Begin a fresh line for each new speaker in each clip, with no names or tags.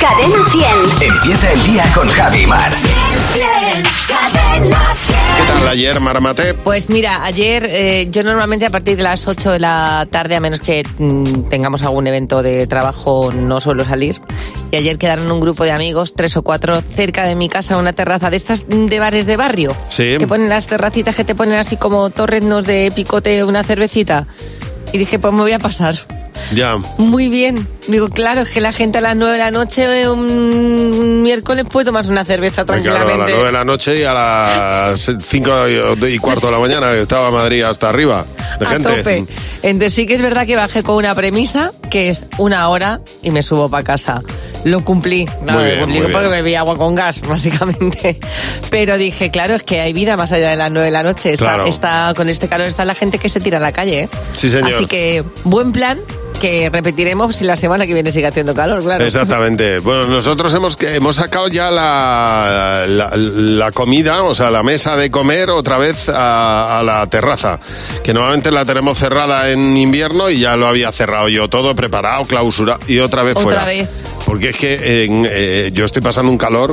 Cadena 100.
Empieza el día con Javi Mar.
Cadena 100.
¿Qué tal ayer, Maramate?
Pues mira, ayer eh, yo normalmente a partir de las 8 de la tarde, a menos que mm, tengamos algún evento de trabajo, no suelo salir. Y ayer quedaron un grupo de amigos, tres o cuatro, cerca de mi casa, una terraza de estas mm, de bares de barrio.
Sí.
Que ponen las terracitas que te ponen así como torrenos de picote, una cervecita. Y dije, pues me voy a pasar.
Ya.
Muy bien. Digo, claro, es que la gente a las 9 de la noche, eh, un miércoles, puede tomarse una cerveza
Claro, a las
tranquilamente.
9 de la noche y a las 5 y cuarto de la mañana que estaba Madrid hasta arriba de
a
gente.
tope. Entonces sí que es verdad que bajé con una premisa, que es una hora y me subo para casa. Lo cumplí,
Muy
no, lo
bien,
cumplí
muy bien.
porque bebí agua con gas, básicamente. Pero dije, claro, es que hay vida más allá de las 9 de la noche. Está,
Claro.
está- con este calor está la gente que se tira a la calle. ¿eh?
Sí, señor.
Así que buen plan que repetiremos si la semana que viene sigue haciendo calor, claro.
Exactamente. Bueno, nosotros hemos, que- hemos sacado ya la, la- la comida, o sea, la mesa de comer otra vez a, a la terraza, que normalmente la tenemos cerrada en invierno y ya lo había cerrado yo todo, preparado, clausura y otra vez
Otra
fuera.
vez.
Porque es que en, eh, yo estoy pasando un calor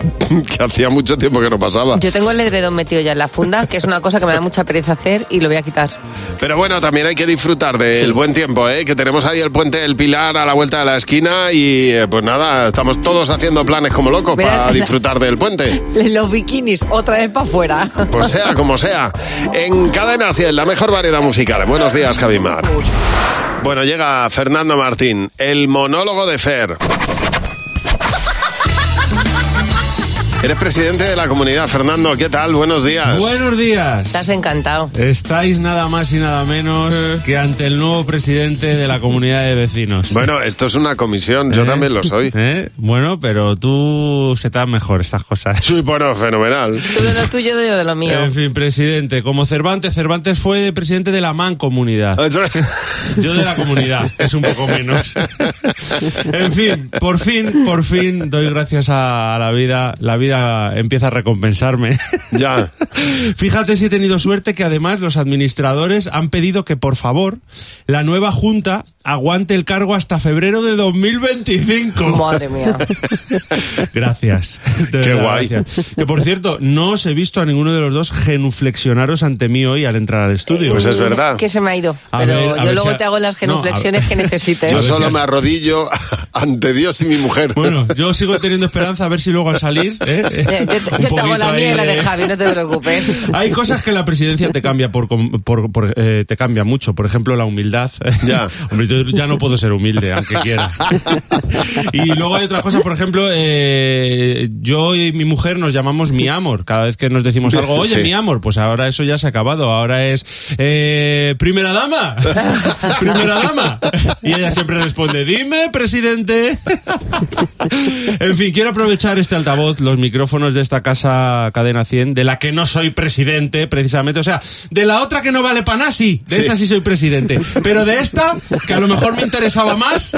que hacía mucho tiempo que no pasaba.
Yo tengo el edredón metido ya en la funda, que es una cosa que me da mucha pereza hacer y lo voy a quitar.
Pero bueno, también hay que disfrutar del buen tiempo, ¿eh? que tenemos ahí el puente del Pilar a la vuelta de la esquina y eh, pues nada, estamos todos haciendo planes como locos
Verás,
para
la-
disfrutar del puente.
Los bikinis, otra vez para afuera.
Pues sea como sea. En Cadena 100, la mejor variedad musical. Buenos días, Javi Mar. Bueno, llega Fernando Martín, el monólogo de Fer. Eres presidente de la comunidad, Fernando. ¿Qué tal? Buenos días.
Buenos días.
Estás encantado.
Estáis nada más y nada menos que ante el nuevo presidente de la comunidad de vecinos.
Bueno, esto es una comisión, yo
¿Eh?
también lo soy.
¿Eh? Bueno, pero tú se te dan mejor estas cosas.
Sí, bueno, fenomenal.
Tú de lo tuyo, yo de lo mío.
En fin, presidente, como Cervantes, Cervantes fue presidente de la mancomunidad.
Eso-
Yo de la comunidad, es un poco menos. En fin, por fin, por fin doy gracias a a la vida. La vida empieza a recompensarme.
Ya.
Fíjate si he tenido suerte que además los administradores han pedido que por favor la nueva junta aguante el cargo hasta febrero de 2025.
Madre mía.
Eh, Gracias. De
Qué
verdad,
guay.
gracias. Que por cierto, no os he visto a ninguno de los dos genuflexionaros ante mí hoy al entrar al estudio.
Pues es verdad.
Que se me ha ido.
A
Pero
ver, a
yo
ver
luego
si a-
te hago las
No, a-
genuflexiones que necesites.
Yo
ver si
solo
has-
me arrodillo ante Dios y mi mujer.
Bueno, yo sigo teniendo esperanza a ver si luego al salir. ¿eh?
Eh, Yo, te-
Un
yo te hago
poquito
la
ahí
mía y la de
de-
Javi, no te preocupes.
Hay cosas que la presidencia te cambia por, com- por- por, eh, te cambia mucho. Por ejemplo, la humildad.
Ya.
Hombre, yo ya no puedo ser humilde, aunque quiera. y luego hay otra cosa, por ejemplo, eh, yo y mi mujer nos llamamos mi amor. Cada vez que nos decimos algo, oye,
Sí.
mi amor, pues ahora eso ya se ha acabado. Ahora es eh, primera dama. primera dama. Y ella siempre responde, dime, presidente. En fin, quiero aprovechar este altavoz, los micrófonos de esta casa Cadena 100, de la que no soy presidente, precisamente. O sea, de la otra que no vale para nada, sí. De esa sí soy presidente. Pero de esta, que a lo mejor me interesaba más,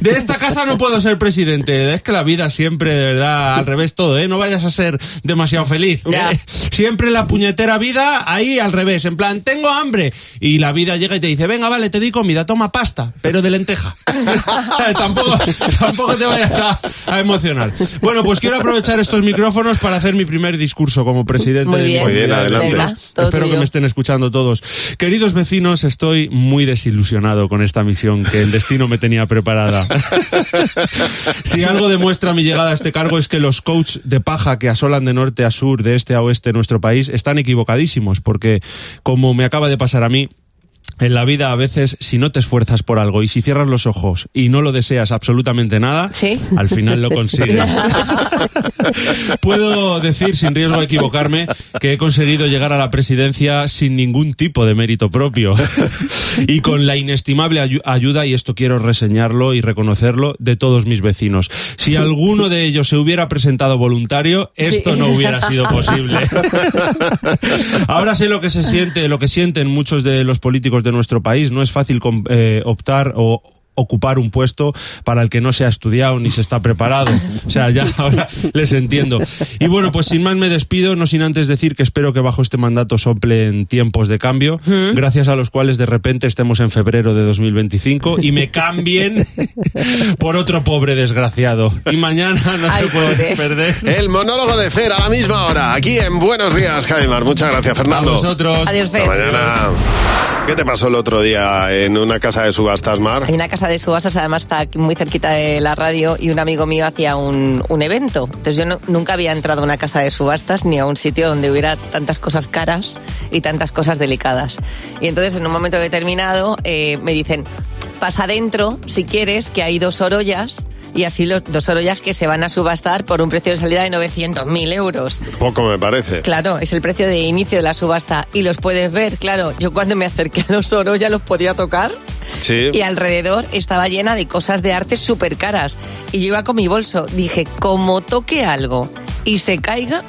de esta casa no puedo ser presidente. Es que la vida siempre, de verdad, al revés todo, ¿eh? No vayas a ser demasiado feliz. ¿eh?
Ya.
Siempre la puñetera vida ahí al revés. En plan, tengo hambre. Y la vida llega y te dice, venga, vale, te doy comida, toma pasta, pero de lenteja. tampoco, tampoco te vayas a, a emocionar. Ah, Bueno, pues quiero aprovechar estos micrófonos para hacer mi primer discurso como presidente
Muy
de mi
bien.
Muy bien,
comunidad de
adelante.
vecinos.
Venga, todo
Espero
tuyo.
que me estén escuchando todos. Queridos vecinos, estoy muy desilusionado con esta misión que el destino me tenía preparada. Si algo demuestra mi llegada a este cargo es que los coaches de paja que asolan de norte a sur, de este a oeste nuestro país, están equivocadísimos, porque como me acaba de pasar a mí, en la vida a veces si no te esfuerzas por algo y si cierras los ojos y no lo deseas absolutamente nada,
Sí.
al final lo consigues. Puedo decir sin riesgo a equivocarme que he conseguido llegar a la presidencia sin ningún tipo de mérito propio y con la inestimable ayu- ayuda, y esto quiero reseñarlo y reconocerlo, de todos mis vecinos. Si alguno de ellos se hubiera presentado voluntario, esto
Sí.
no hubiera sido posible. Ahora sé lo que se siente, lo que sienten muchos de los políticos de nuestro país. No es fácil com- eh, optar o ocupar un puesto para el que no se ha estudiado ni se está preparado. O sea, ya ahora les entiendo. Y bueno, pues sin más me despido, no sin antes decir que espero que bajo este mandato soplen tiempos de cambio, gracias a los cuales de repente estemos en febrero de 2025 y me cambien por otro pobre desgraciado. Y mañana no
Ay,
se puede
pobre.
perder.
El monólogo de Fer a la misma hora, aquí en Buenos Días, Javimar. Muchas gracias,
A
Fernando.
vosotros.
Adiós,
Hasta
Fer.
mañana. ¿Qué te pasó el otro día en una casa de subastas, Mar?
Hay una casa de subastas, además está aquí muy cerquita de la radio y un amigo mío hacía un, un evento. Entonces yo no- nunca había entrado a una casa de subastas ni a un sitio donde hubiera tantas cosas caras y tantas cosas delicadas. Y entonces en un momento determinado eh, me dicen, pasa adentro si quieres, que hay dos orollas. Y así los dos orollas que se van a subastar por un precio de salida de 900.000 euros.
Poco me parece.
Claro, es el precio de inicio de la subasta y los puedes ver, claro. Yo cuando me acerqué a los oros ya los podía tocar
Sí.
y alrededor estaba llena de cosas de arte súper caras. Y yo iba con mi bolso, dije, como toque algo y se caiga,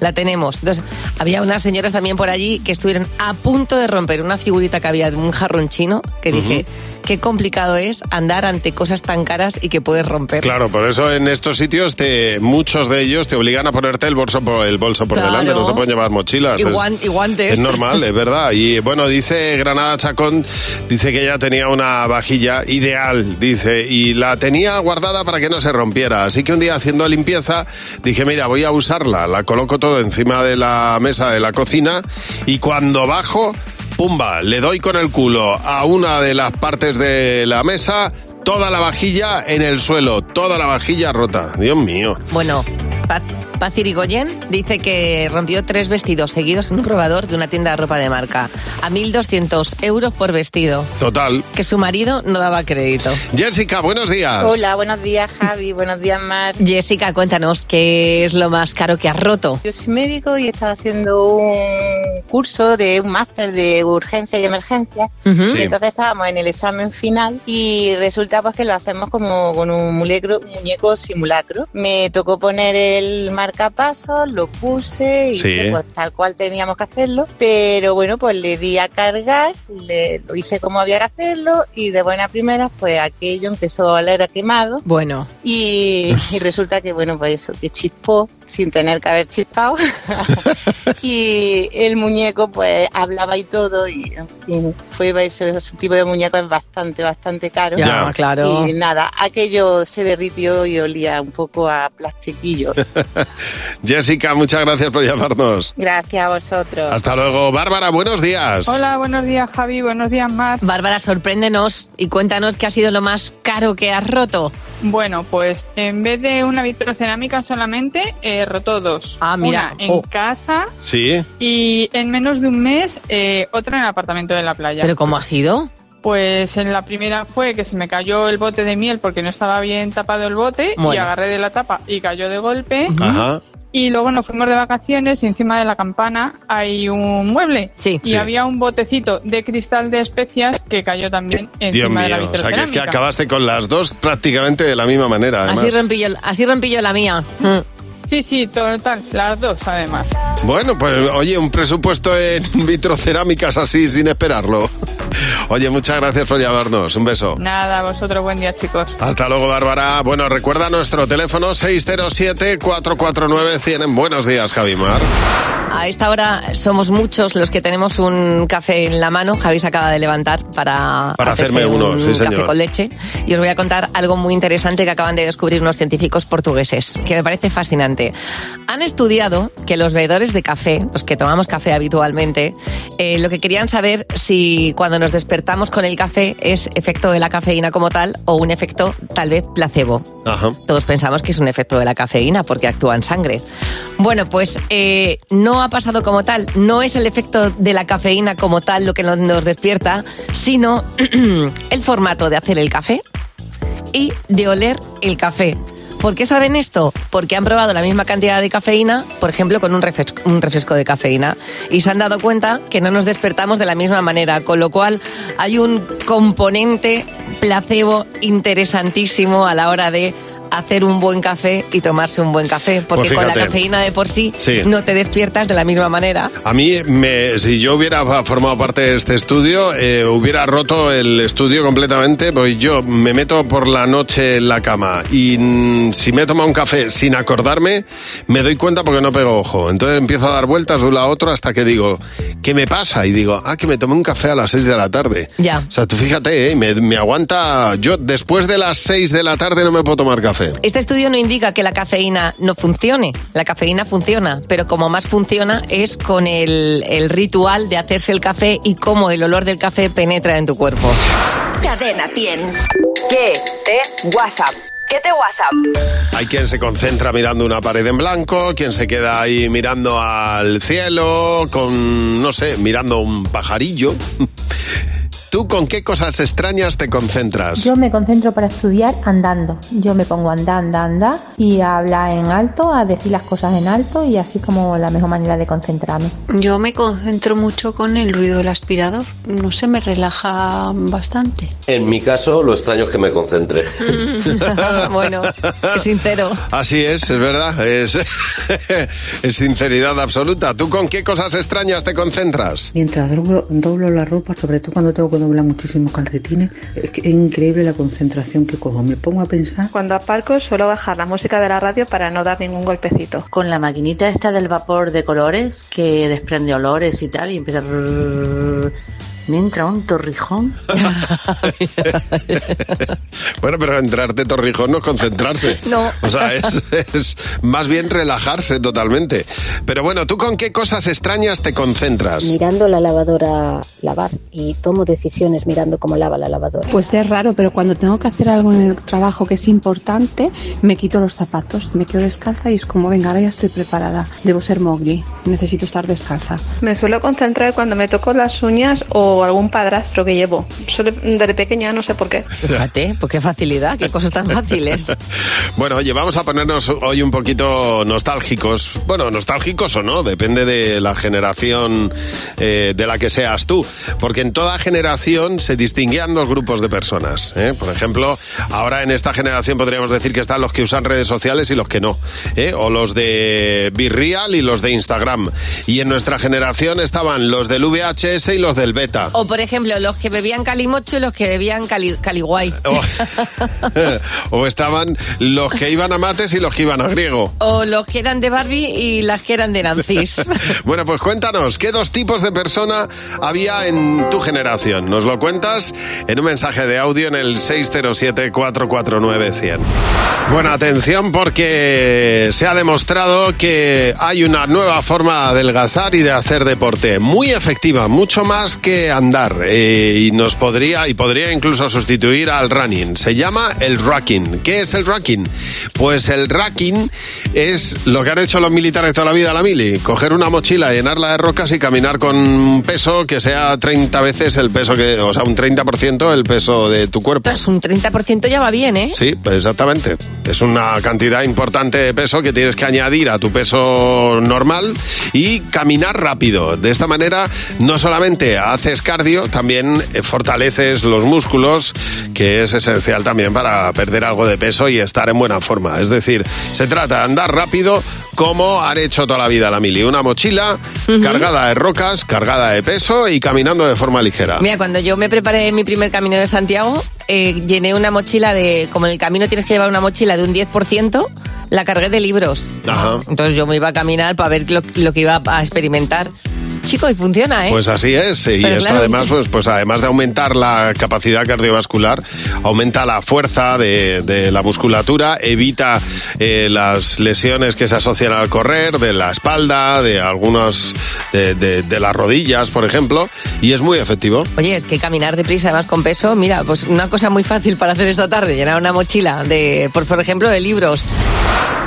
la tenemos. Entonces, había unas señoras también por allí que estuvieron a punto de romper una figurita que había de un jarrón chino, que dije, qué complicado es andar ante cosas tan caras y que puedes romper.
Claro, por eso en estos sitios te, muchos de ellos te obligan a ponerte el bolso por, el bolso por
Claro.
delante, no se pueden llevar mochilas.
Y
es-
guan- y guantes.
Es normal, es verdad. Y bueno, dice Granada Chacón, dice que ella tenía una vajilla ideal, dice, y la tenía guardada para que no se rompiera. Así que un día haciendo limpieza dije, mira, voy a usarla, la coloco todo encima de la mesa de la cocina y cuando bajo, pumba, le doy con el culo a una de las partes de la mesa. Toda la vajilla en el suelo, toda la vajilla rota. Dios mío.
Bueno, Paz, Paz Irigoyen dice que rompió tres vestidos seguidos en un probador de una tienda de ropa de marca, a 1.200 euros por vestido,
Total.
que su marido no daba crédito.
Jessica, buenos días.
Hola, buenos días Javi, buenos días Mar.
Jessica, cuéntanos qué es lo más caro que has roto.
Yo soy médico y estaba haciendo un curso de un máster de urgencia y emergencia.
Ujú.
Sí.
Y entonces estábamos en el examen final y resulta pues que lo hacemos como con un mulecro- muñeco simulacro. Me tocó poner el marcapasos, lo puse y
Sí.
pues, tal cual teníamos que hacerlo. Pero bueno, pues le di a cargar, le- lo hice como había que hacerlo y de buena primera pues aquello empezó a oler a quemado.
Bueno,
Y, y resulta que, bueno, pues eso, que chispó sin tener que haber chispado. y el muñeco, pues, hablaba y todo. Y, en fin, fue ese, ese tipo de muñeco es bastante, bastante caro.
ya,
Ya.
claro.
Y nada, aquello se derritió y olía un poco a plastiquillo.
Jessica, muchas gracias por llamarnos.
Gracias a vosotros.
Hasta luego. Bárbara, buenos días.
Hola, buenos días Javi, buenos días Mar.
Bárbara, sorpréndenos y cuéntanos qué ha sido lo más caro que has roto.
Bueno, pues en vez de una vitrocerámica solamente, eh, rotó dos.
Ah, mira.
Una en
Oh.
casa
Sí,
y en menos de un mes eh, otra en el apartamento de la playa.
¿Pero cómo ha sido?
Pues en la primera fue que se me cayó el bote de miel porque no estaba bien tapado el bote y
Bueno.
agarré de la tapa y cayó de golpe.
ajá.
Y luego nos fuimos de vacaciones y encima de la campana hay un mueble.
Sí.
Y
Sí.
había un botecito de cristal de especias que cayó también
Dios
encima de la
mío. O sea, que, que
vitrocerámica.
acabaste con las dos prácticamente de la misma manera. además.
Así rompí, yo, así rompí yo la mía. Mm.
Sí, sí, total, las dos además.
Bueno, pues oye, un presupuesto en vitrocerámicas así sin esperarlo. Oye, muchas gracias por llamarnos. Un beso.
Nada, vosotros buen día chicos.
Hasta luego, Bárbara. Bueno, recuerda nuestro teléfono 607-449-100 en Buenos Días, Javimar.
A esta hora somos muchos los que tenemos un café en la mano. Javi se acaba de levantar para,
Para hacerme
hacerse
uno,
un
sí, señor.
café con leche. Y os voy a contar algo muy interesante que acaban de descubrir unos científicos portugueses, que me parece fascinante. Han estudiado que los bebedores de café, los que tomamos café habitualmente, eh, lo que querían saber si cuando nos despertamos con el café es efecto de la cafeína como tal o un efecto tal vez placebo
Ajá.
todos pensamos que es un efecto de la cafeína porque actúa en sangre. Bueno, pues eh, no ha pasado como tal, no es el efecto de la cafeína como tal lo que no- nos despierta, sino el formato de hacer el café y de oler el café. ¿Por qué saben esto? Porque han probado la misma cantidad de cafeína, por ejemplo, con un refresco, un refresco de cafeína, y se han dado cuenta que no nos despertamos de la misma manera, con lo cual hay un componente placebo interesantísimo a la hora de hacer un buen café y tomarse un buen café, porque con
Pues
la
fíjate.
cafeína de por sí,
Sí.
no te despiertas de la misma manera.
A mí, me- si yo hubiera formado parte de este estudio, eh, hubiera roto el estudio completamente, porque yo me meto por la noche en la cama y mm, si me he tomado un café sin acordarme, me doy cuenta porque no pego ojo. Entonces empiezo a dar vueltas de un lado a otro hasta que digo, ¿qué me pasa? Y digo, ah, que me tomé un café a las 6 de la tarde.
Ya.
O sea, tú fíjate, eh, me, me aguanta... Yo después de las 6 de la tarde no me puedo tomar café.
Este estudio no indica que la cafeína no funcione, la cafeína funciona, pero como más funciona es con el, el ritual de hacerse el café y cómo el olor del café penetra en tu cuerpo.
Cadena 100.
¿Qué te WhatsApp? ¿Qué te WhatsApp?
Hay quien se concentra mirando una pared en blanco, quien se queda ahí mirando al cielo, con, no sé, mirando un pajarillo. ¿Tú con qué cosas extrañas te concentras?
Yo me concentro para estudiar andando. Yo me pongo anda, anda, anda y a hablar en alto, a decir las cosas en alto y así como la mejor manera de concentrarme.
Yo me concentro mucho con el ruido del aspirador. No sé, me relaja bastante.
En mi caso, lo extraño es que me concentre.
bueno, es sincero.
Así es, es verdad, es, es sinceridad absoluta. ¿Tú con qué cosas extrañas te concentras?
Mientras doblo, doblo la ropa, sobre todo cuando tengo que doblar muchísimos calcetines, es, que es increíble la concentración que cojo. Me pongo a pensar.
Cuando aparco suelo bajar la música de la radio para no dar ningún golpecito.
Con la maquinita esta del vapor de colores que desprende olores y tal y empieza... a rrrr. Me entra un torrijón.
Bueno, pero entrarte torrijón no es concentrarse.
No.
O sea, es, es más bien relajarse totalmente. Pero bueno, ¿tú con qué cosas extrañas te concentras?
Mirando la lavadora lavar y tomo decisiones mirando cómo lava la lavadora.
Pues es raro, pero cuando tengo que hacer algo en el trabajo que es importante, me quito los zapatos, me quedo descalza y es como, venga, ahora ya estoy preparada. Debo ser Mowgli, necesito estar descalza.
Me suelo concentrar cuando me toco las uñas o algún padrastro que llevo. Suele- desde pequeña no sé por qué.
Fíjate, pues qué facilidad, qué cosas tan fáciles.
Bueno, oye, vamos a ponernos hoy un poquito nostálgicos. Bueno, nostálgicos o no, depende de la generación eh, de la que seas tú. Porque en toda generación se distinguían dos grupos de personas. ¿eh? Por ejemplo, ahora en esta generación podríamos decir que están los que usan redes sociales y los que no. ¿eh? O los de Virreal y los de Instagram. Y en nuestra generación estaban los del VHS y los del Beta.
O por ejemplo, los que bebían calimocho y los que bebían cali, caliguay.
o estaban los que iban a mates y los que iban a griego.
O los que eran de Barbie y las que eran de Nancy's.
Bueno, pues cuéntanos, ¿qué dos tipos de persona había en tu generación? Nos lo cuentas en un mensaje de audio en el 607-449-100. Bueno, atención porque se ha demostrado que hay una nueva forma de adelgazar y de hacer deporte, muy efectiva, mucho más que andar eh, y nos podría y podría incluso sustituir al running. Se llama el racking. ¿Qué es el racking? Pues el racking es lo que han hecho los militares toda la vida, la mili, coger una mochila, llenarla de rocas y caminar con un peso que sea 30 veces el peso que, o sea, un 30% el peso de tu cuerpo.
Es un 30% ya va bien, ¿eh?
Sí, pues exactamente. Es una cantidad importante de peso que tienes que añadir a tu peso normal y caminar rápido. De esta manera, no solamente haces cardio, también eh, fortaleces los músculos, que es esencial también para perder algo de peso y estar en buena forma. Es decir, se trata de andar rápido como han hecho toda la vida la mili. Una mochila cargada de rocas, cargada de peso y caminando de forma ligera.
Mira, cuando yo me preparé mi primer camino de Santiago, eh, llené una mochila de. Como en el camino tienes que llevar una mochila de un 10%, la cargué de libros.
Ajá.
Entonces yo me iba a caminar para ver lo, lo que iba a experimentar. Chico, y funciona, ¿eh?
Pues así es, y
Pero
esto
claro,
además, pues, pues además de aumentar la capacidad cardiovascular, aumenta la fuerza de, de la musculatura, evita eh, las lesiones que se asocian al correr, de la espalda, de algunos, de, de- de las rodillas, por ejemplo, y es muy efectivo.
Oye, es que caminar deprisa, además con peso, mira, pues una cosa muy fácil para hacer esta tarde, llenar una mochila de, por, por ejemplo, de libros.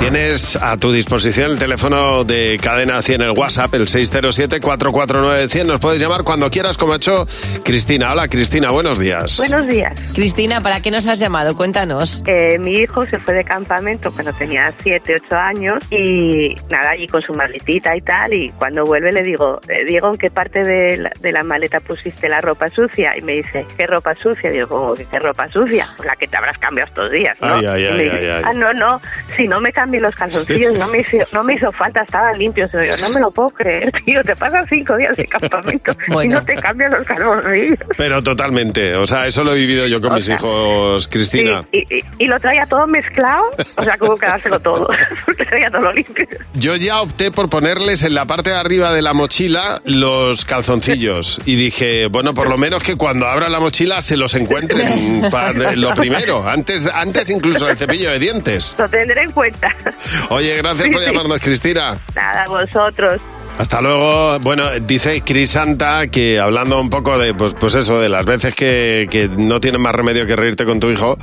Tienes a tu disposición el teléfono de Cadena 100, el WhatsApp, el 607 449 606-712-658-949-100. Nos puedes llamar cuando quieras, como ha hecho Cristina. Hola, Cristina, buenos días.
Buenos días.
Cristina, ¿para qué nos has llamado? Cuéntanos.
Eh, mi hijo se fue de campamento cuando tenía 7, 8 años y nada, allí con su maletita y tal. Y cuando vuelve le digo, eh, Diego, ¿en qué parte de la, de la maleta pusiste la ropa sucia? Y me dice, ¿qué ropa sucia? Digo, ¿cómo que qué ropa sucia? Pues la que te habrás cambiado estos días, ¿no?
Ay, ay,
Y me
ay,
dice,
ay, ay.
"Ah, no, no, si no me cambié los calzoncillos, no, me hizo, no me hizo falta, estaban limpios. Y yo, no me lo puedo creer, tío, te pasas cinco días de campamento y no te cambian los calzoncillos.
Pero totalmente. O sea, eso lo he vivido yo con mis hijos, Cristina.
Y, y- y lo traía todo mezclado, o sea, como que dárselo todo, porque traía todo lo limpio.
Yo ya opté por ponerles en la parte de arriba de la mochila los calzoncillos. Y dije, bueno, por lo menos que cuando abra la mochila se los encuentren. pa- de- lo primero, antes, antes incluso del cepillo de dientes.
Lo tendré en cuenta.
Oye, gracias por
Sí, sí.
llamarnos, Cristina.
Nada, vosotros.
Hasta luego. Bueno, dice Crisanta que hablando un poco de, pues, pues eso, de las veces que, que no tienes más remedio que reírte con tu hijo,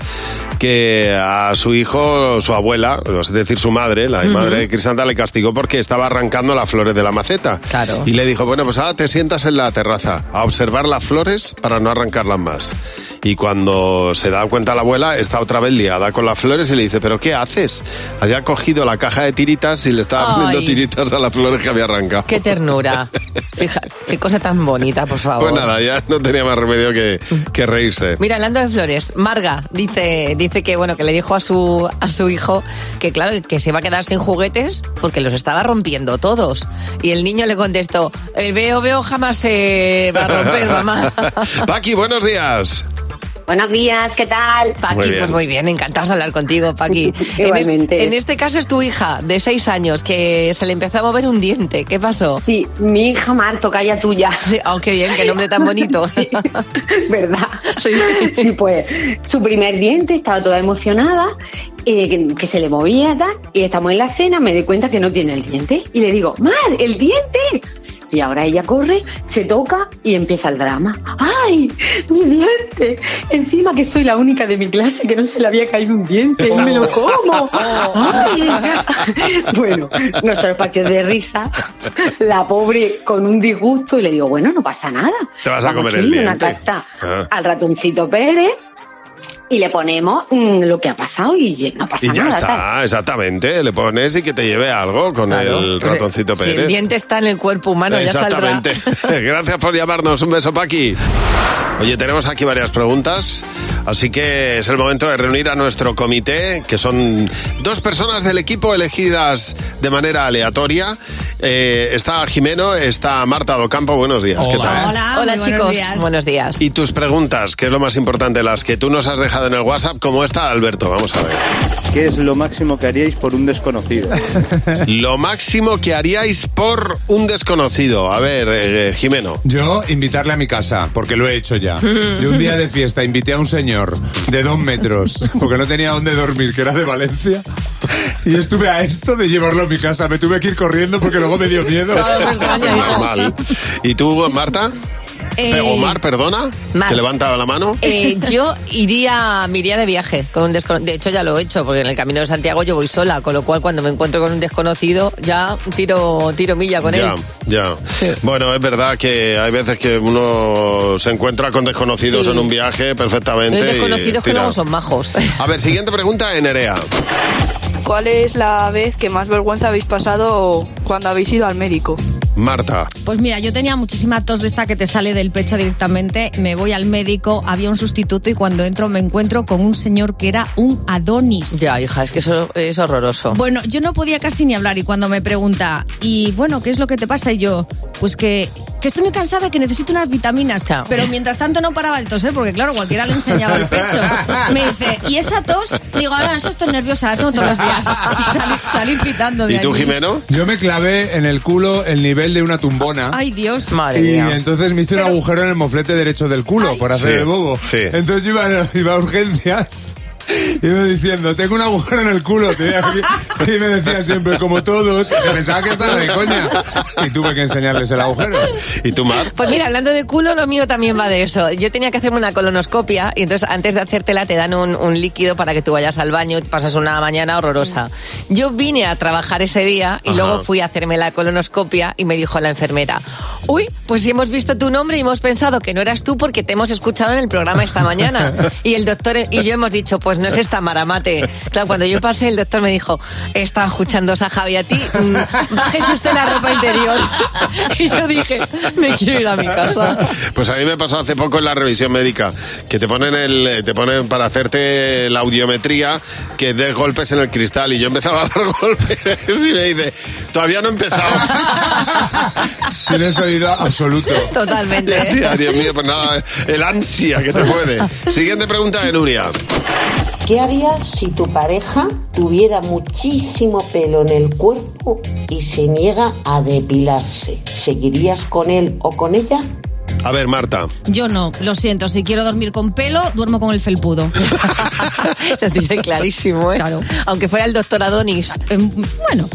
que a su hijo, su abuela, es decir, su madre, la
Ujú.
madre de Crisanta, le castigó porque estaba arrancando las flores de la maceta.
Claro.
Y le dijo, bueno, pues ahora te sientas en la terraza a observar las flores para no arrancarlas más. Y cuando se da cuenta la abuela, está otra vez liada con las flores y le dice, ¿pero qué haces? Había cogido la caja de tiritas y le estaba poniendo
Ay.
tiritas a las flores que había arrancado.
Qué ternura. Fíjate, qué cosa tan bonita, por favor.
Pues nada, ya no tenía más remedio que, que reírse.
Mira, hablando de flores, Marga dice, dice que bueno, que le dijo a su a su hijo que claro, que se iba a quedar sin juguetes porque los estaba rompiendo todos. Y el niño le contestó, el veo, veo jamás se va a romper, mamá.
Paqui, buenos días.
Buenos días, ¿qué tal? Paqui,
Muy bien.
pues muy bien, encantados de hablar contigo, Paqui. En es- En,
Igualmente.
este, caso es tu hija de seis años que se le empezó a mover un diente. ¿Qué pasó?
Sí, mi hija Marto, calla tuya.
Sí, oh, qué bien, qué nombre tan bonito.
¿Verdad? Sí. pues su primer diente, estaba toda emocionada, eh, que, que se le movía, tal, y estamos en la cena, me doy cuenta que no tiene el diente, y le digo, Mar, el diente. Y ahora ella corre, se toca y empieza el drama. ¡Ay, mi diente! Encima que soy la única de mi clase que no se le había caído un diente, no me lo como. ¡Ay! Bueno, nosotros partidos de risa, la pobre con un disgusto y le digo, bueno, no pasa nada.
Te vas a
Vamos
comer
a
el
escribir una
diente.
carta
Ah.
al ratoncito Pérez y le ponemos mm, lo que ha pasado y no pasa
Y ya
nada. tal.
está, exactamente. Le pones y que te lleve algo con el
Pues, eh,
ratoncito
Si el
Pérez.
diente está en el cuerpo humano, Ah, ya saldrá.
Exactamente. Gracias por llamarnos. Un beso, Paqui. Oye, tenemos aquí varias preguntas, así que es el momento de reunir a nuestro comité, que son dos personas del equipo elegidas de manera aleatoria. Eh, está Jimeno, está Marta Docampo. Buenos días. ¿Qué tal?
Hola, Hola chicos. Buenos días.
Y tus preguntas, que es lo más importante, las que tú nos has dejado en el WhatsApp, como esta, Alberto. Vamos a ver.
¿Qué es lo máximo que haríais por un desconocido?
Lo máximo que haríais por un desconocido. A ver, eh, Jimeno.
Yo invitarle a mi casa, Ah, porque lo he hecho ya. Yo un día de fiesta invité a un señor de dos metros, porque no tenía dónde dormir, que era de Valencia, y estuve a esto de llevarlo a mi casa. Me tuve que ir corriendo porque luego me dio miedo.
pues, Normal. ¿Y tú, Marta?
Eh,
Omar, perdona,
Mar.
que levantaba la mano.
Eh, yo iría, me iría de viaje con un descono- De hecho, ya lo he hecho, porque en el camino de Santiago yo voy sola, con lo cual cuando me encuentro con un desconocido, ya tiro, tiro milla con
ya,
él.
ya. Bueno, es verdad que hay veces que uno se encuentra con desconocidos
Sí.
en un viaje perfectamente.
Los
y
desconocidos que
tira.
luego son majos.
A ver, siguiente pregunta en Nerea.
¿Cuál es la vez que más vergüenza habéis pasado cuando habéis ido al médico?
Marta.
Pues mira, yo tenía muchísima tos de esta que te sale del pecho directamente. Me voy al médico, había un sustituto y cuando entro me encuentro con un señor que era un Adonis.
Ya, hija, es que eso es horroroso.
Bueno, yo no podía casi ni hablar y cuando me pregunta, y bueno, ¿qué es lo que te pasa? Y yo, pues que, que estoy muy cansada, que necesito unas vitaminas. Pero mientras tanto no paraba de toser, porque claro, cualquiera le enseñaba el pecho. Me dice, ¿y esa tos? Digo, ahora eso estoy nerviosa, la tengo todos los días. Y salí, salí pitando de allí.
Yo me clavé en el culo el nivel de una tumbona.
Ay, Dios.
y
eh.
entonces me hice un agujero en el moflete derecho del culo por hacer
Sí,
el bobo.
sí.
Entonces yo iba, iba a urgencias Y yo diciendo, tengo un agujero en el culo, tía. Y me decían siempre, como todos, se pensaba que estaba de coña. Y tuve que enseñarles el agujero.
¿Y tú, Mar?
Pues mira, hablando de culo, lo mío también va de eso. Yo tenía que hacerme una colonoscopia y entonces antes de hacértela te dan un, un líquido para que tú vayas al baño y pasas una mañana horrorosa. Yo vine a trabajar ese día y
Ajá.
luego fui a hacerme la colonoscopia y me dijo la enfermera, uy, pues sí hemos visto tu nombre y hemos pensado que no eras tú porque te hemos escuchado en el programa esta mañana. Y el doctor y yo hemos dicho, pues no es esta maramate. Claro, cuando yo pasé el doctor me dijo, estaba escuchando a Javi a ti, mm, bájese usted la ropa interior. Y yo dije, me quiero ir a mi casa.
Pues a mí me pasó hace poco en la revisión médica que te ponen el eh, te ponen para hacerte la audiometría que des golpes en el cristal y yo empezaba a dar golpes y me dice todavía no he empezado
Tienes oído absoluto.
Totalmente.
Ya, tía, Dios mío pues nada el ansia que te puede siguiente pregunta de Nuria
¿Qué harías si tu pareja tuviera muchísimo pelo en el cuerpo y se niega a depilarse? ¿Seguirías con él o con ella?
a ver Marta
Yo no, lo siento. Si quiero dormir con pelo, duermo con el felpudo.
lo tiene clarísimo, ¿eh? Aunque fuera el doctor Adonis.
Em, Bueno,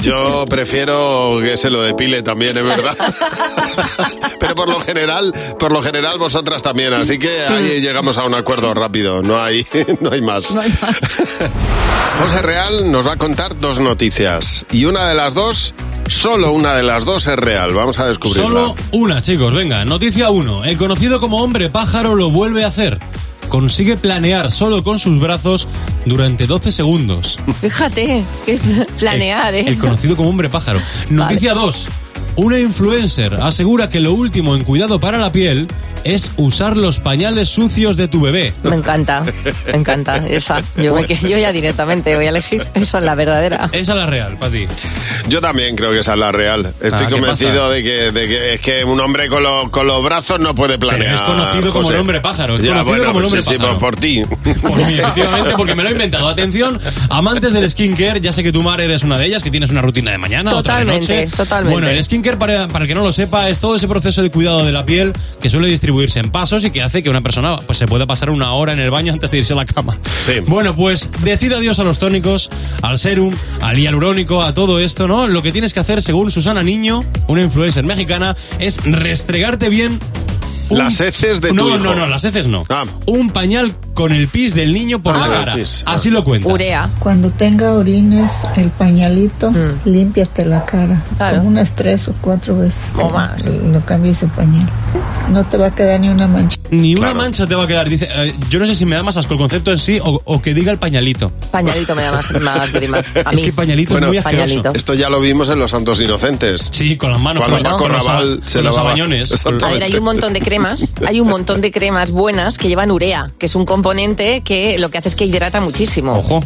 yo prefiero que se lo depile también es verdad pero por lo general por lo general vosotras también así que ahí llegamos a un acuerdo rápido no hay Mm. no hay más José Real nos va a contar dos noticias y una de las dos, solo una de las dos es real. Vamos a descubrirla.
Solo una, chicos, venga. Noticia 1. El conocido como hombre pájaro lo vuelve a hacer. Consigue planear solo con sus brazos durante 12 segundos.
Fíjate, que es planear, ¿eh?
El conocido como hombre pájaro. Noticia 2. Una influencer asegura que lo último en cuidado para la piel es usar los pañales sucios de tu bebé.
Me encanta, me encanta esa. Yo, me que- yo ya directamente voy a elegir. Esa es la verdadera.
Esa es la real, para ti.
Yo también creo que esa es la real. Estoy
Ah, ¿qué
convencido
pasa?
de que, de que es que un hombre con, lo- con los brazos no puede planear.
Pero es conocido como
José.
el hombre pájaro, es
Ya,
conocido
bueno,
como el
pues
hombre
sí, sí,
pájaro.
por, por ti.
Efectivamente, porque me lo he inventado. Atención, amantes del skincare, ya sé que tú, Mar, eres una de ellas, que tienes una rutina de mañana, otra de
Totalmente,
noche.
totalmente.
Bueno, el skincare, para, para el que no lo sepa, es todo ese proceso de cuidado de la piel que suele distribuirse en pasos y que hace que una persona pues, se pueda pasar una hora en el baño antes de irse a la cama. Bueno, pues decid adiós a los tónicos, al serum, al hialurónico, a todo esto, ¿no? Lo que tienes que hacer, según Susana Niño, una influencer mexicana, es restregarte bien
Las heces de tu
no,
hijo.
No, no, las heces no. Un pañal con el pis del niño por
Ah,
la
el
cara.
pis, ah.
Así lo cuenta.
Cuando tenga orines, el pañalito,
Mm.
límpiate la cara. Como unas tres o cuatro veces. O más. Lo cambies el pañal. No te va a quedar ni una mancha.
Ni una mancha te va a quedar. Dice, eh, yo no sé si me da más asco el concepto en sí o, o que diga el pañalito.
Pañalito me da más, más grima. A
Es
mí.
que pañalito
Bueno,
es muy asqueroso.
esto ya lo vimos en Los Santos Inocentes.
Sí, con las manos,
Cuando
con-
Paco
con los
Raval
ama-
se
con los
lavaba.
amañones.
A ver, hay un montón de cremas, hay un montón de cremas buenas que llevan urea, que es un componente que lo que hace es que hidrata muchísimo.
Ojo.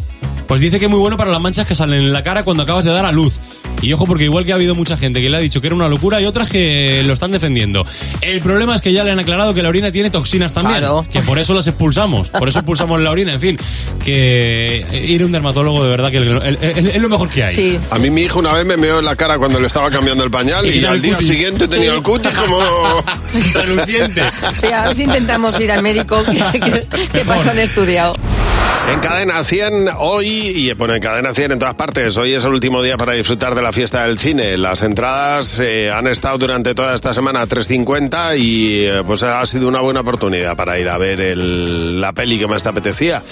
Pues dice que es muy bueno para las manchas que salen en la cara cuando acabas de dar a luz. Y ojo, porque igual que ha habido mucha gente que le ha dicho que era una locura y otras que lo están defendiendo. El problema es que ya le han aclarado que la orina tiene toxinas también. Que por eso las expulsamos. Por eso expulsamos la orina. En fin, que ir a un dermatólogo de verdad que el- el- el- es lo mejor que hay.
A mí mi hijo una vez me meó en la cara cuando le estaba cambiando el pañal
Y
y,
tenía
al
el
día
cutis.
siguiente tenía el cutis como...
Reluciente.
Sí, a ver si intentamos ir al médico que, que, que pasó han estudiado.
En Cadena 100 hoy, y bueno, en Cadena 100 en todas partes, hoy es el último día para disfrutar de la fiesta del cine. Las entradas eh, han estado durante toda esta semana a 3.50 y eh, pues ha sido una buena oportunidad para ir a ver el- la peli que más te apetecía.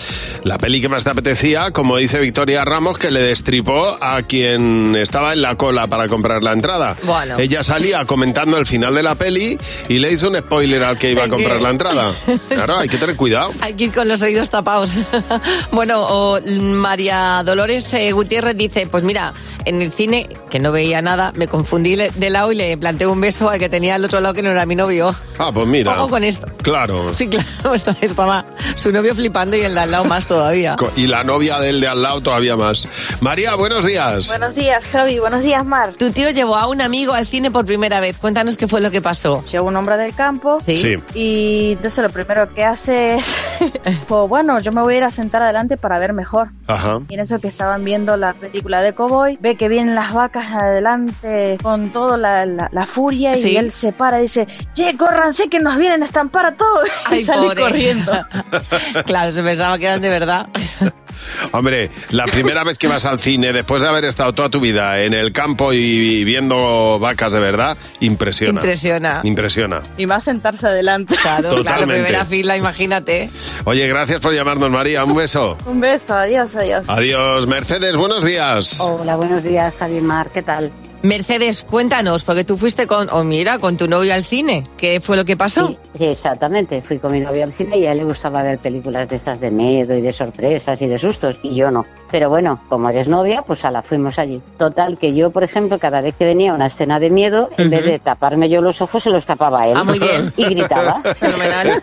La peli que más te apetecía, como dice Victoria Ramos, que le destripó a quien estaba en la cola para comprar la entrada.
Bueno.
Ella salía comentando el final de la peli y le hizo un spoiler al que iba a comprar la entrada. Claro, hay que tener cuidado.
Hay que ir con los oídos tapados. bueno, o mm, María Dolores eh, Gutiérrez dice, pues mira, en el cine, que no veía nada, me confundí le- de lado y le planté un beso al que tenía al otro lado que no era mi novio.
Ah, pues mira.
Ojo con esto.
Claro.
Sí, claro, está- estaba su novio flipando y el de al lado más todavía.
Co- Y la novia del de al lado todavía más. María, buenos días.
Buenos días, Javi. Buenos días, Mar.
Tu tío llevó a un amigo al cine por primera vez. Cuéntanos qué fue lo que pasó.
Llegó un hombre del campo
Sí.
y entonces lo primero que hace es, pues bueno, yo me voy a ir a sentar
sentar adelante para ver mejor.
Ajá.
Y en eso que estaban viendo la película de Cowboy, ve que vienen las vacas adelante con toda la, la- la furia
Sí.
y él se para y dice, che, córranse que nos vienen a estampar a todos.
Ay,
y sale
pobre.
corriendo.
claro, se pensaba que eran de verdad.
Hombre, la primera vez que vas al cine, después de haber estado toda tu vida en el campo y viendo vacas de verdad, impresiona.
Impresiona.
Impresiona.
Y va a sentarse adelante.
Claro, claro,
Totalmente.
primera fila, imagínate.
Oye, gracias por llamarnos, María. Un beso.
Un beso, adiós, adiós.
Adiós, Mercedes. Buenos días.
Hola, buenos días, Javier Mar, ¿qué tal? Mercedes, cuéntanos, porque tú fuiste con, o mira, con tu novio al cine. ¿Qué fue lo que pasó?
Sí, exactamente. Fui con mi novio al cine y a él le gustaba ver películas de estas de miedo y de sorpresas y de sustos, y yo no. Pero bueno, como eres novia, pues a la fuimos allí. Total, que yo, por ejemplo, cada vez que venía una escena de miedo, en
Ujú.
vez de taparme yo los ojos, se los tapaba él.
Ah, muy bien.
Y gritaba.
Fenomenal.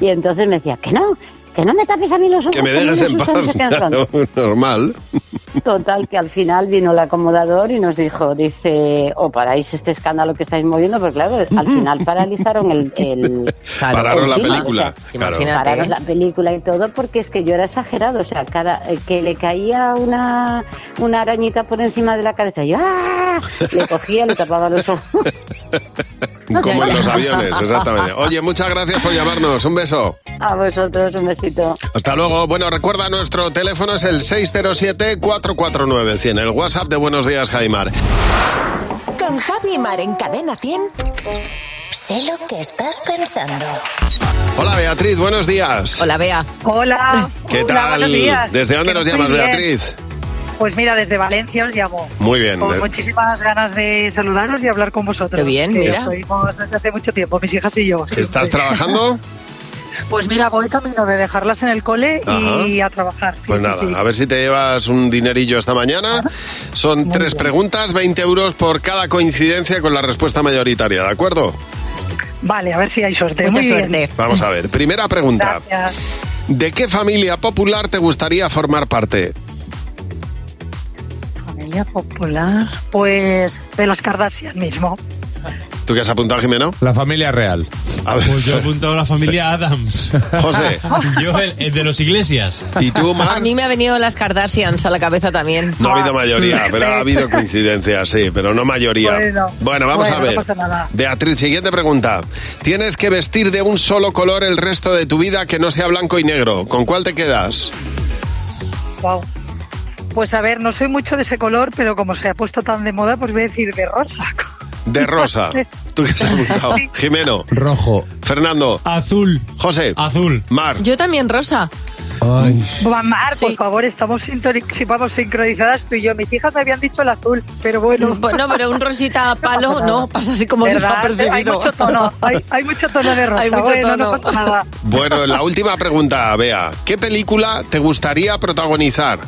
Y entonces me decía, que no, que no me tapes a mí los ojos.
Que me
a mí
dejes
me
en
asustan,
paz.
no sé qué, no sé cuánto".
claro, normal.
Total, que al final vino el acomodador y nos dijo, dice, o paráis este escándalo que estáis moviendo, porque claro, al final paralizaron el... el-
Pararon
el
la
cine,
película,
o sea, ¿eh?
claro.
¿eh?
Pararon la película y todo porque es que yo era exagerado, o sea, cada, eh, que le caía una, una arañita por encima de la cabeza, yo ¡ah! le cogía, le tapaba los ojos.
Como en los aviones, exactamente. Oye, muchas gracias por llamarnos. Un beso.
A vosotros un besito.
Hasta luego. Bueno, recuerda, nuestro teléfono es el 607-449-100, el WhatsApp de Buenos Días, Jaimar.
Con Javi Mar en Cadena 100. Sé lo que estás pensando.
Hola, Beatriz, buenos días.
Hola, Bea.
Hola.
¿Qué
Hola,
tal?
buenos días.
¿Desde dónde nos
Muy
llamas,
bien.
Beatriz?
Pues mira, desde Valencia os llamo.
Muy bien. eh.
Con muchísimas ganas de saludaros y hablar con vosotros.
Qué bien,
que
mira.
estuvimos desde hace mucho tiempo, mis hijas y yo.
¿Estás trabajando?
Pues mira, voy camino de dejarlas en el cole y
Ajá.
a trabajar. Sí,
Pues
sí,
nada,
sí.
a ver si te llevas un dinerillo esta mañana. Son tres preguntas, 20 euros por cada coincidencia con la respuesta mayoritaria, ¿de acuerdo?
Vale, a ver si hay suerte. Muy bien.
Vamos a ver, primera pregunta.
Gracias.
¿De qué familia popular te gustaría formar parte?
Familia popular, pues de las Kardashian mismo.
¿Tú qué has apuntado, Jimeno? La familia real. A ver.
Pues yo he apuntado a la familia Adams.
José.
Yo, el, el de los Iglesias.
¿Y tú,
A mí me ha venido las Kardashians a la cabeza también.
No ha habido mayoría,
Mm.
pero ha habido coincidencia, sí, pero no mayoría.
Bueno.
vamos
Bueno,
a ver.
no pasa nada.
Beatriz, siguiente pregunta. Tienes que vestir de un solo color el resto de tu vida que no sea blanco y negro. ¿Con cuál te quedas?
Wow. Pues a ver, no soy mucho de ese color, pero como se ha puesto tan de moda, pues voy a decir de rosa.
De rosa. ¿Tú qué has apuntado? Jimeno. Rojo. Fernando. Azul. José. Azul. Mar.
Yo también, Rosa.
Mar, por favor, estamos sintoni- vamos, sincronizadas tú y yo. Mis hijas me habían dicho el azul, pero bueno.
Bueno, pero un rosita palo,
pasa nada.
no, pasa así como
¿Verdad?
desapercibido.
Hay mucho tono, hay, hay mucho tono de rosa.
Hay mucho
bueno,
tono.
no pasa nada.
Bueno, la última pregunta, Bea. ¿Qué película te gustaría protagonizar?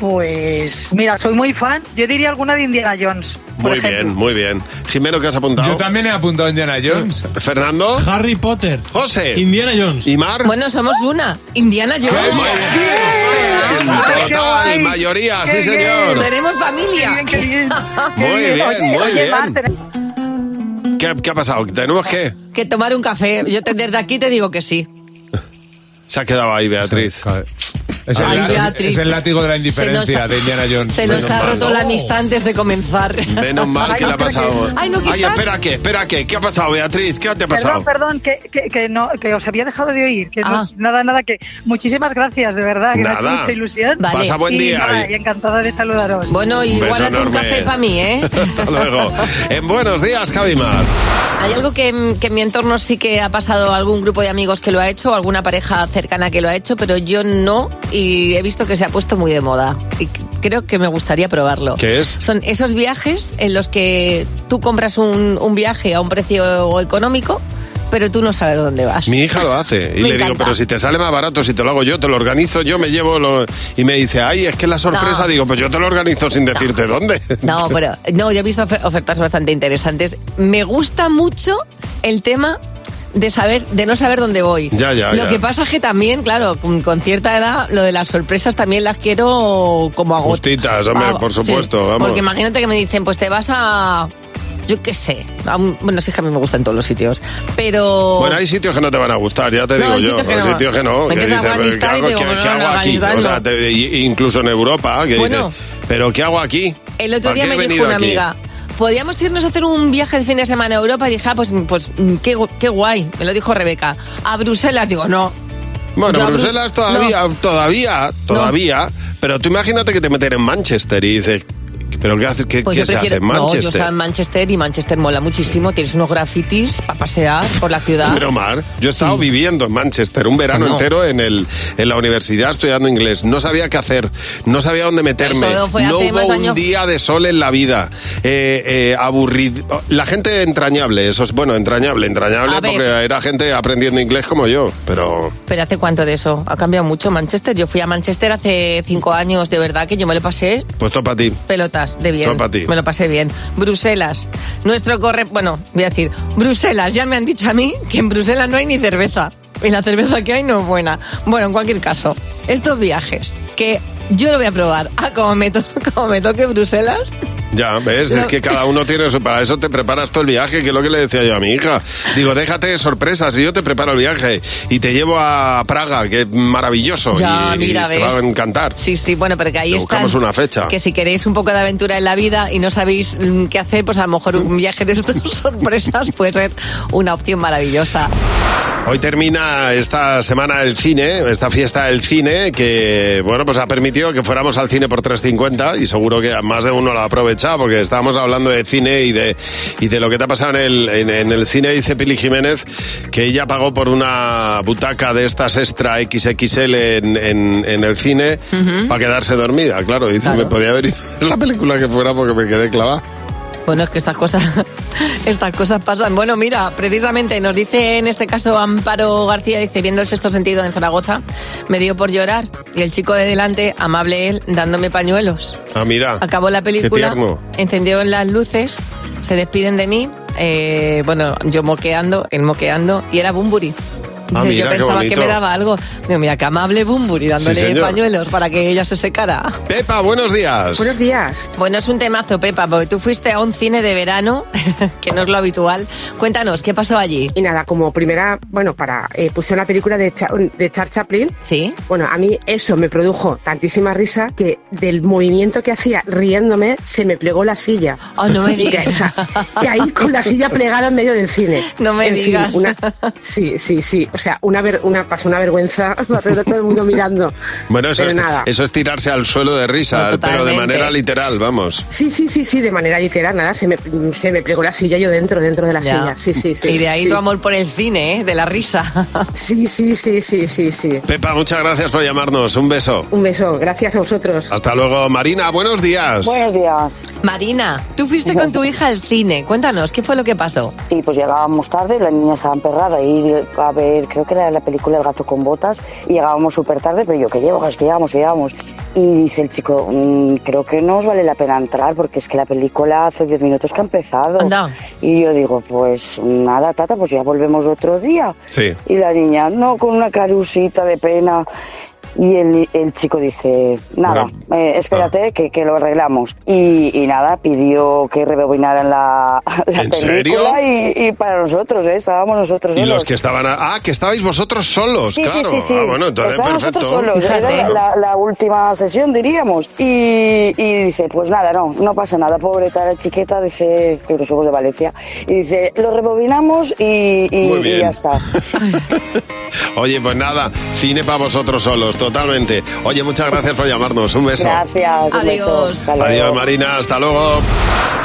Pues mira, soy muy fan. Yo diría alguna de Indiana Jones. por
Muy
ejemplo.
bien, muy bien. Jimeno, ¿qué has apuntado?
Yo también he apuntado a Indiana Jones.
Fernando.
Harry Potter.
José.
Indiana Jones.
Y Mar.
Bueno, somos una. Indiana Jones.
Total, mayoría, sí señor.
Seremos familia.
Muy bien, muy
Oye,
bien. ¿Qué, qué ha pasado? ¿Tenemos qué?
Que tomar un café. Yo te- desde aquí te digo que sí.
Se ha quedado ahí, Beatriz.
Es el,
Ay,
la-
Beatriz.
es el látigo de la indiferencia
ha-
de Indiana Jones.
Se nos ha roto la amistad antes de comenzar.
Menos mal que le ha pasado.
Ay, no, que
Ay,
estás-
espera, ¿qué? Espera, ¿qué? ¿Qué ha pasado, Beatriz? ¿Qué te ha pasado?
Perdón, perdón, que, que, que no, que os había dejado de oír. Que
Ah.
no es- nada, nada, que muchísimas gracias, de verdad, que me ha hecho
Nada.
mucha ilusión.
Vale. Pasa buen
y,
día.
nada, y encantada de saludaros.
Bueno,
Un beso enorme.
¿eh?
Hasta luego. En buenos días, Javimar.
Hay algo que, que en mi entorno sí que ha pasado algún grupo de amigos que lo ha hecho, alguna pareja cercana que lo ha hecho, pero yo no y he visto que se ha puesto muy de moda. Y c- creo que me gustaría probarlo.
¿Qué es?
Son esos viajes en los que tú compras un, un viaje a un precio económico, pero tú no sabes dónde vas.
Mi hija lo hace y
Me
le digo,
encanta.
pero si te sale más barato, si te lo hago yo, te lo organizo, yo me llevo lo... y me dice, ay, es que la sorpresa,
No.
digo, pues yo te lo organizo sin decirte dónde.
No, pero no, yo he visto ofer- ofertas bastante interesantes. Me gusta mucho el tema de saber, de no saber dónde voy.
Ya, ya,
Lo
ya.
que pasa es que también, claro, con, con cierta edad, lo de las sorpresas también las quiero como agotar.
Justitas, hombre, por supuesto, vamos.
Porque imagínate que me dicen, pues te vas a. Yo qué sé. A un- Bueno, sí que a mí me gusta en todos los sitios. Pero.
Bueno, hay sitios que no te van a gustar, ya te
Oh. No,
digo
hay
yo.
sitios que
hay
no.
sitios que no.
Me
que
empieza
dices, pero
Afganistán
¿qué
y
hago,
digo,
qué-
bueno,
qué
no,
hago
en
aquí?
Afganistán
O sea,
no.
te- y- incluso en Europa, que
Bueno.
dices, pero ¿qué hago aquí?
El otro
¿Para
día
qué
me
he
dijo
venido
una
aquí?
amiga, podíamos irnos a hacer un viaje de fin de semana a Europa y dije, ah, pues, pues mm, qué, gu- qué guay, me lo dijo Rebeca. A Bruselas, digo, no. Yo
Bueno,
a Brus-
Bruselas todavía, todavía, todavía, pero tú imagínate que te meten en Manchester y dices, ¿pero qué, hace, qué,
Pues
qué
yo
se
prefiero.
hace en
no, yo
Manchester?
estaba en Manchester y Manchester mola muchísimo. Tienes unos grafitis para pasear por la ciudad.
Pero Mar, yo he estado viviendo en Manchester un verano
Bueno.
entero en el en la universidad estudiando inglés. No sabía qué hacer, no sabía dónde meterme.
Eso fue
no
hace
hubo
más
un
años.
día de sol en la vida. Eh, eh, aburrid- La gente entrañable, eso es bueno, entrañable, entrañable,
A ver.
porque era gente aprendiendo inglés como yo, pero
Pero ¿hace cuánto de eso? Ha cambiado mucho Manchester. Yo fui a Manchester hace cinco años, de verdad que yo me lo pasé
pues topa a ti.
pelotas de bien.
Todo pa' ti.
Me lo pasé bien. Bruselas. Nuestro corre... Bueno, voy a decir, Bruselas. Ya me han dicho a mí que en Bruselas no hay ni cerveza. Y la cerveza que hay no es buena. Bueno, en cualquier caso, estos viajes que yo lo voy a probar. Ah, como me, to- como me toque Bruselas.
Ya, ves,
No.
es que cada uno tiene su... Para eso te preparas todo el viaje, que es lo que le decía yo a mi hija. Digo, déjate de sorpresas y yo te preparo el viaje y te llevo a Praga, que es maravilloso
Ya,
y, y
mira,
te
ves.
va a encantar.
Sí, sí, bueno, pero que ahí
Le
está.
buscamos una fecha.
Que si queréis un poco de aventura en la vida y no sabéis mm, qué hacer, pues a lo mejor un viaje de estas sorpresas puede ser una opción maravillosa.
Hoy termina esta semana del cine, esta fiesta del cine, que bueno, pues ha permitido que fuéramos al cine por 3.50 y seguro que a más de uno la ha aprovechado porque estábamos hablando de cine y de, y de lo que te ha pasado en el, en, en el cine. Dice Pili Jiménez que ella pagó por una butaca de estas extra XXL en, en- en el cine para quedarse dormida. Claro, dice, me podía haber ido a ver la película que fuera porque me quedé clavada.
Bueno, es que estas cosas, estas cosas pasan. Bueno, mira, precisamente nos dice en este caso Amparo García, dice, viendo el sexto sentido en Zaragoza, me dio por llorar y el chico de delante, amable él, dándome pañuelos.
Ah, mira.
Acabó la película,
Qué tierno.
encendió las luces, se despiden de mí, eh, bueno, yo moqueando, él moqueando, y era Bumburi.
Ah,
Dice,
mira,
yo
qué
pensaba que
bonito.
me daba algo. Digo, mira, qué amable Bumburi
Sí,
dándole
señor.
pañuelos para que ella se secara.
Pepa, buenos días.
días. Bueno, es un temazo, Pepa, porque tú fuiste a un cine de verano, que no es lo habitual. Cuéntanos, ¿qué pasó allí?
Y nada, como primera, bueno, para eh, puse una película de, Cha- de Charles Chaplin.
Sí.
Bueno, a mí eso me produjo tantísima risa que del movimiento que hacía riéndome se me plegó la silla.
Oh, no me digas.
Y, que- o sea, que ahí con la silla plegada en medio del cine.
No me
En fin,
digas.
una- sí, sí, sí. O sea, una ver, una pasó una vergüenza, alrededor todo el mundo mirando.
Bueno, eso
Pero
es,
nada.
eso es tirarse al suelo de risa,
No,
pero de
totalmente.
manera literal, vamos.
Sí, sí, sí, sí, de manera literal, nada, se me, se me plegó la silla yo dentro, dentro de la
Ya.
silla. Sí, sí, sí.
Y de ahí
Sí.
tu amor por el cine, ¿eh? de la risa.
Sí, sí, sí, sí, sí, sí.
Pepa, muchas gracias por llamarnos. Un beso.
Un beso, gracias a vosotros.
Hasta luego, Marina. Buenos días.
días. Marina, tú fuiste con tu hija al cine. Cuéntanos, ¿qué fue lo que pasó?
Sí, pues llegábamos tarde, la niña estaba emperrada y a ver, creo que era la película El gato con botas, y llegábamos súper tarde, pero yo que llevo, es que llegamos, llegamos. Y dice el chico, "Mm, creo que no os vale la pena entrar porque es que la película hace 10 minutos que ha empezado. Y yo digo, pues nada, tata, pues ya volvemos otro día.
Sí.
Y la niña, no, con una carusita de pena. Y el, el chico dice, nada, eh, espérate
Ah.
que, que lo arreglamos. Y, y nada, pidió que rebobinaran la, la
¿En
película Y, y para nosotros, ¿eh? estábamos nosotros
Y los
solos.
que estaban. a- Ah, que estabais vosotros solos,
Sí,
claro.
sí, sí, sí.
Ah, bueno, entonces
Estábamos
perfecto.
nosotros solos, era la, la última sesión, diríamos. Y, y dice, pues nada, no, no pasa nada, pobre tal chiqueta, dice que somos de Valencia. Y dice, lo rebobinamos y, y-
Muy
y
bien.
ya está.
Oye, pues nada, cine para vosotros solos, totalmente. Oye, muchas gracias por llamarnos. Un beso.
Gracias, un beso. Hasta luego.
Adiós, Marina. Hasta luego.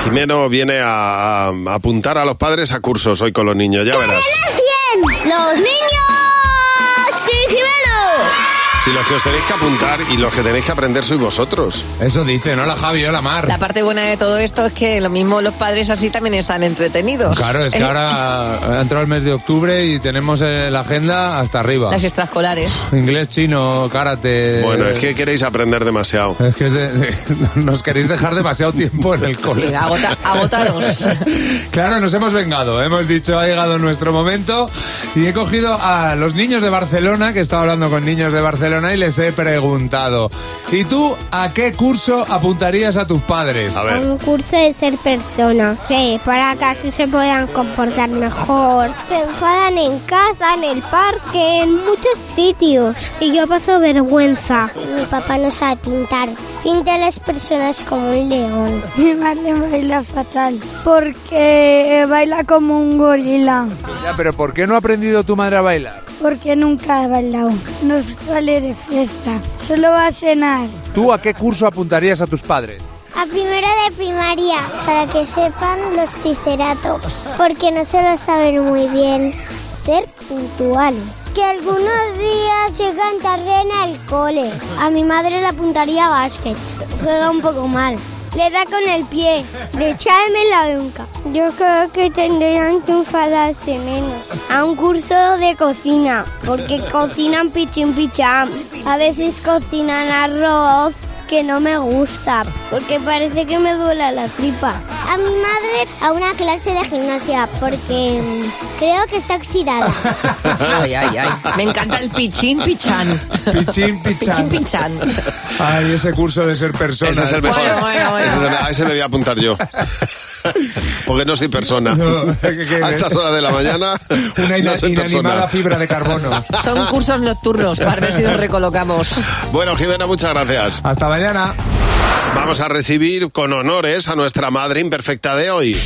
Jimeno viene a, a apuntar a los padres a cursos hoy con los niños, ya verás.
¡Los niños! ¡Sí,
Si los que os tenéis que apuntar y los que tenéis que aprender sois vosotros.
Eso dice, no la Javi, hola Mar.
La parte buena de todo esto es que lo mismo los padres así también están entretenidos.
Claro, es que
Eh,
ahora ha entrado el mes de octubre y tenemos eh, la agenda hasta arriba.
Las extraescolares.
Inglés, chino, karate.
Bueno, es que queréis aprender demasiado.
Es que de- de- nos queréis dejar demasiado tiempo en el cole.
Sí, agota- agotados.
Claro, nos hemos vengado. ¿eh? Hemos dicho, ha llegado nuestro momento. Y he cogido a los niños de Barcelona, que estaba hablando con niños de Barcelona. Barcelona y les he preguntado, ¿y tú a qué curso apuntarías a tus padres?
A un curso de ser persona, que para que así se puedan comportar mejor. Se enfadan en casa, en el parque, en muchos sitios. Y yo paso vergüenza. Mi papá no sabe pintar. Pinta a las personas como un león. Mi madre baila fatal porque baila como un gorila.
Ya, pero ¿por qué no ha aprendido tu madre a bailar?
Porque nunca ha bailado. No sale de fiesta. Solo va a cenar.
¿Tú a qué curso apuntarías a tus padres?
A primero de primaria, para que sepan los ticeratos, porque no se lo saben muy bien. Ser puntuales. Que algunos días llegan tarde en el cole. A mi madre le apuntaría a básquet. Juega un poco mal. Le da con el pie. De echarme la bronca. Yo creo que tendrían que enfadarse menos. A un curso de cocina, porque cocinan pichín pichán. A veces cocinan arroz que no me gusta, porque parece que me duele la tripa. A mi madre a una clase de gimnasia, porque mm, creo que está oxidada.
Ay, ay, ay. Me encanta el pichín pichán.
Pichín pichán.
Pichín pichán.
Ay, ese curso de ser persona. eh.
Ese es el mejor.
Bueno, bueno, bueno.
Ese es el- a ese me voy a apuntar yo. Porque no soy persona.
No,
a estas horas de la mañana.
Una ina-
no soy
inanimada
persona.
fibra de carbono.
Son cursos nocturnos para ver si nos recolocamos.
Bueno, Jimena, muchas gracias.
Hasta mañana.
Vamos a recibir con honores a nuestra madre imperfecta de hoy.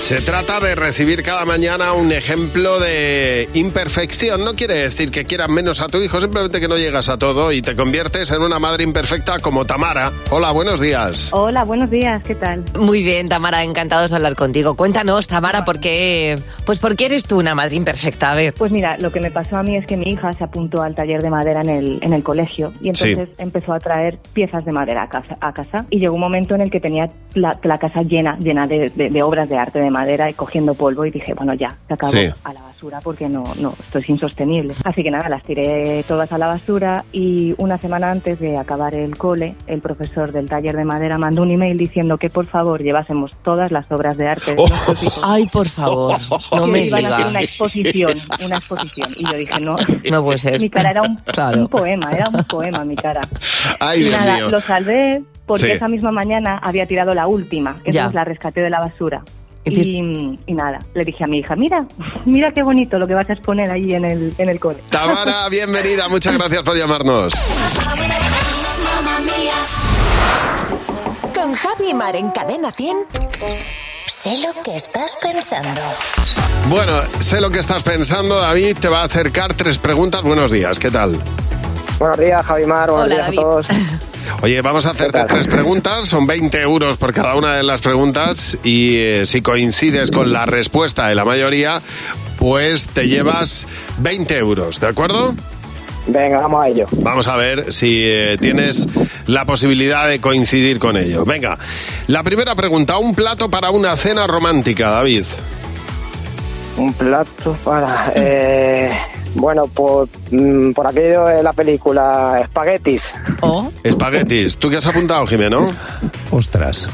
Se trata de recibir cada mañana un ejemplo de imperfección. No quiere decir que quieras menos a tu hijo, simplemente que no llegas a todo y te conviertes en una madre imperfecta como Tamara. Hola, buenos días.
Hola, buenos días, ¿qué tal? Muy bien, Tamara, encantados de hablar contigo. Cuéntanos, Tamara, ¿por qué, pues, ¿por qué eres tú una madre imperfecta? A ver.
Pues mira, lo que me pasó a mí es que mi hija se apuntó al taller de madera en el, en el colegio y entonces
Sí.
empezó a traer piezas de madera a casa, a casa y llegó un momento en el que tenía la, la casa llena, llena de, de- de obras de arte de madera y cogiendo polvo y dije, bueno, ya, se acabó.
Sí.
A la basura porque no, no, esto es insostenible. Así que nada, las tiré todas a la basura y una semana antes de acabar el cole, el profesor del taller de madera mandó un email diciendo que por favor llevásemos todas las obras de arte de nuestros hijos
Ay, por favor, no
que
me
iban a hacer una
digas.
exposición, una exposición. Y yo dije, no.
No puede ser.
Mi cara era un,
Claro.
un poema, era un poema mi cara.
Ay,
y
Dios
nada,
mío.
lo salvé porque
Sí.
esa misma mañana había tirado la última,
Ya.
entonces la rescaté de la basura.
¿Y
Y, y nada, le dije a mi hija, mira, mira qué bonito lo que vas a exponer ahí en el, en el cole.
Tamara, bienvenida, muchas gracias por llamarnos.
Con Javi Mar en Cadena 100. Sé lo que estás pensando.
Bueno, sé lo que estás pensando, David. Te va a acercar tres preguntas. Buenos días, ¿qué tal?
Buenos días, Javimar. Buenos días a todos.
Oye, vamos a hacerte tres preguntas, son 20 euros por cada una de las preguntas y eh, si coincides con la respuesta de la mayoría, pues te llevas 20 euros, ¿de acuerdo?
Venga, vamos a ello.
Vamos a ver si eh, tienes la posibilidad de coincidir con ello. Venga, la primera pregunta, un plato para una cena romántica, David.
Un plato para. eh, bueno, por, mm, por aquello de la película Espaguetis.
Espaguetis, ¿tú qué has apuntado, Jimeno?
Ostras.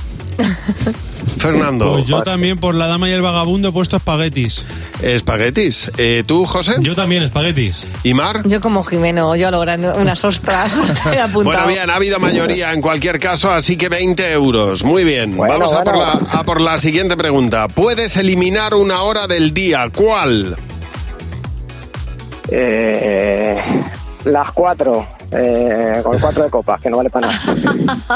Fernando.
Pues yo también por la dama y el vagabundo he puesto espaguetis.
¿Espaguetis? Eh, ¿Tú, José?
Yo también, espaguetis.
¿Y Mar?
Yo como Jimeno, yo logrando unas ostras. He apuntado.
Bueno, bien, ha habido mayoría en cualquier caso, así que 20 euros. Muy bien, vamos a, Por la, a por la siguiente pregunta. ¿Puedes eliminar una hora del día? ¿Cuál?
Eh, las cuatro. eh, con cuatro de copas, que no vale para nada.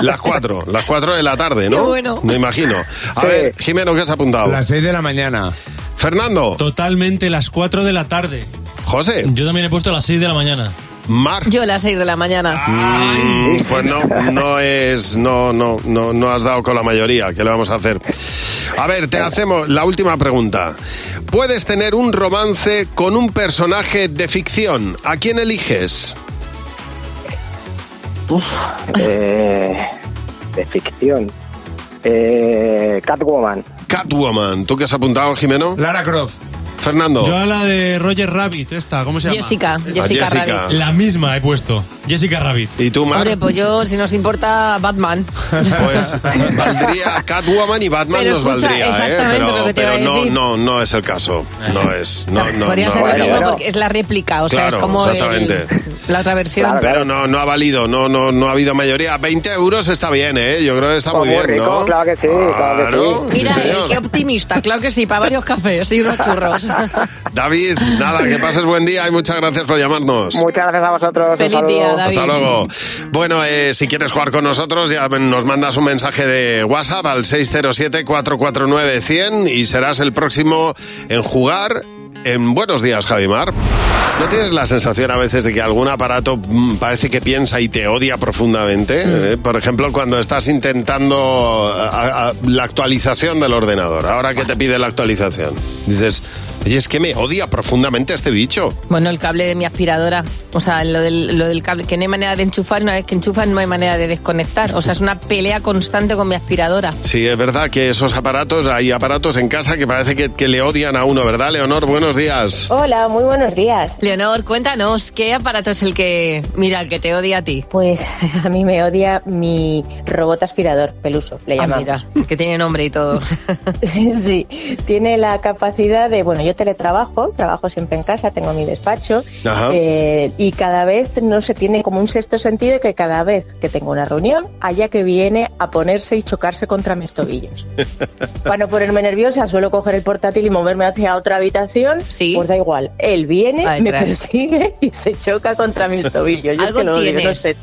Las 4, las 4 de la tarde, ¿no?
Qué bueno.
Me imagino. A
Sí.
ver, Jimeno, ¿qué has apuntado?
Las 6 de la mañana.
Fernando.
Totalmente las 4 de la tarde.
José.
Yo también he puesto las 6 de la mañana.
Mar.
Yo a las 6 de la mañana.
Mm, pues no, no es, no, no, no, no has dado con la mayoría, ¿qué le vamos a hacer? A ver, te hacemos la última pregunta. ¿Puedes tener un romance con un personaje de ficción? ¿A quién eliges?
Eh, de ficción. Eh, Catwoman.
Catwoman, ¿tú qué has apuntado, Jimeno?
Lara Croft.
Fernando?
Yo a la de Roger Rabbit, esta, ¿cómo se llama?
Jessica,
Esta.
Jessica Jessica. Rabbit.
La misma he puesto, Jessica Rabbit.
¿Y tú,
Hombre, pues yo, si nos importa, Batman.
Pues valdría Catwoman y Batman
Pero
nos
escucha,
valdría, ¿eh?
exactamente
Pero,
lo que te iba
pero
a
no,
decir.
no, no es el caso. No es. No, no,
Podría
no
ser
ha
lo mismo
valido.
porque es la réplica, o sea,
Claro,
es como el-
exactamente.
la otra versión.
Pero no, no ha valido, no, no, no ha habido mayoría. 20 euros está bien, ¿eh? Yo creo que está
Pues
muy
muy
bien,
rico,
¿no?
claro que sí, claro que sí.
sí,
Mira, eh,
señor.
qué optimista, claro que sí, para varios cafés y unos churros. eh.
David, nada, que pases buen día y muchas gracias por llamarnos.
Muchas gracias a vosotros. un
Feliz
saludo.
día, David.
Hasta luego. Bueno, eh, si quieres jugar con nosotros, ya nos mandas un mensaje de WhatsApp al 607-449-100 y serás el próximo en jugar en Buenos Días, Javimar. ¿No tienes la sensación a veces de que algún aparato mm, parece que piensa y te odia profundamente? Eh, por ejemplo, cuando estás intentando a- a- la actualización del ordenador, ahora que te pide la actualización, dices, oye, es que me odia profundamente este bicho.
Bueno, el cable de mi aspiradora, o sea, lo del, lo del cable, que no hay manera de enchufar, una vez que enchufas no hay manera de desconectar, o sea, es una pelea constante con mi aspiradora.
Sí, es verdad que esos aparatos, hay aparatos en casa que parece que, que le odian a uno, ¿verdad, Leonor? Buenos días.
Hola, muy buenos días.
Leonor, cuéntanos, ¿qué aparato es el que, mira, el que te odia a ti?
Pues a mí me odia mi robot aspirador, Peluso, le
Ah,
llamamos.
mira, que tiene nombre y todo.
sí, tiene la capacidad de, bueno, yo teletrabajo, trabajo siempre en casa, tengo mi despacho
Ajá.
eh, y cada vez no se tiene como un sexto sentido que cada vez que tengo una reunión haya que viene a ponerse y chocarse contra mis tobillos. Para no ponerme nerviosa suelo coger el portátil y moverme hacia otra habitación, pues da igual, él viene,
Va
me
detrás.
persigue y se choca contra mis tobillos. Yo es
Algo
que lo odio, no
tienes.
sé.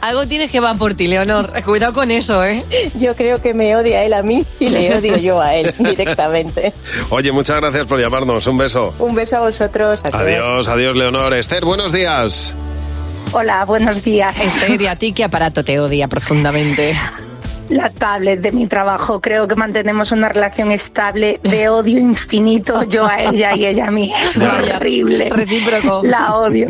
Algo tienes que va por ti, Leonor, cuidado con eso, ¿eh?
Yo creo que me odia él a mí y le odio yo a él directamente.
Oye, muchas gracias por llamarnos. Un beso.
Un beso a vosotros.
Adiós, adiós, Leonor. Esther, buenos días.
Hola, buenos días. Esther, ¿y a ti qué aparato te odia profundamente?
La tablet de mi trabajo. Creo que mantenemos una relación estable de odio infinito. Yo a ella y ella a mí. Es
Vaya,
horrible.
Recíproco.
La odio.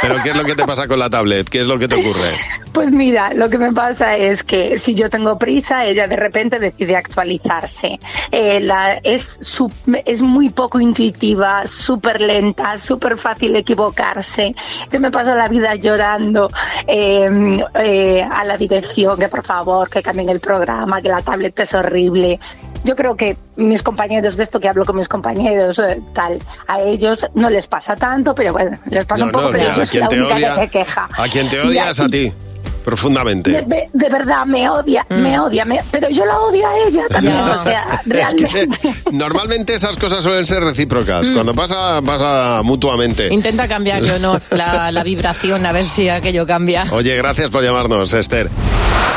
¿Pero qué es lo que te pasa con la tablet? ¿Qué es lo que te ocurre?
Pues mira, lo que me pasa es que si yo tengo prisa, ella de repente decide actualizarse. Eh, la- es, su- es muy poco intuitiva, súper lenta, súper fácil equivocarse. Yo me paso la vida llorando eh, eh, a la dirección que por favor, que cambien el programa, que la tablet es horrible. Yo creo que mis compañeros, de esto que hablo con mis compañeros, eh, tal, a ellos no les pasa tanto, pero bueno, les pasa un poco,
Leonor,
pero
mira,
yo
a
soy
quien
la
te
única
odia,
que se queja.
a quien te
Y
odia es a ti,
de,
profundamente.
ve- de verdad, me odia, me odia, me- pero yo la odio a ella también. O sea,
Es
realmente. Mm.
que normalmente esas cosas suelen ser recíprocas. Cuando pasa, pasa mutuamente.
Intenta cambiar, Leonor, la, la vibración, a ver si aquello cambia.
Oye, gracias por llamarnos, Esther.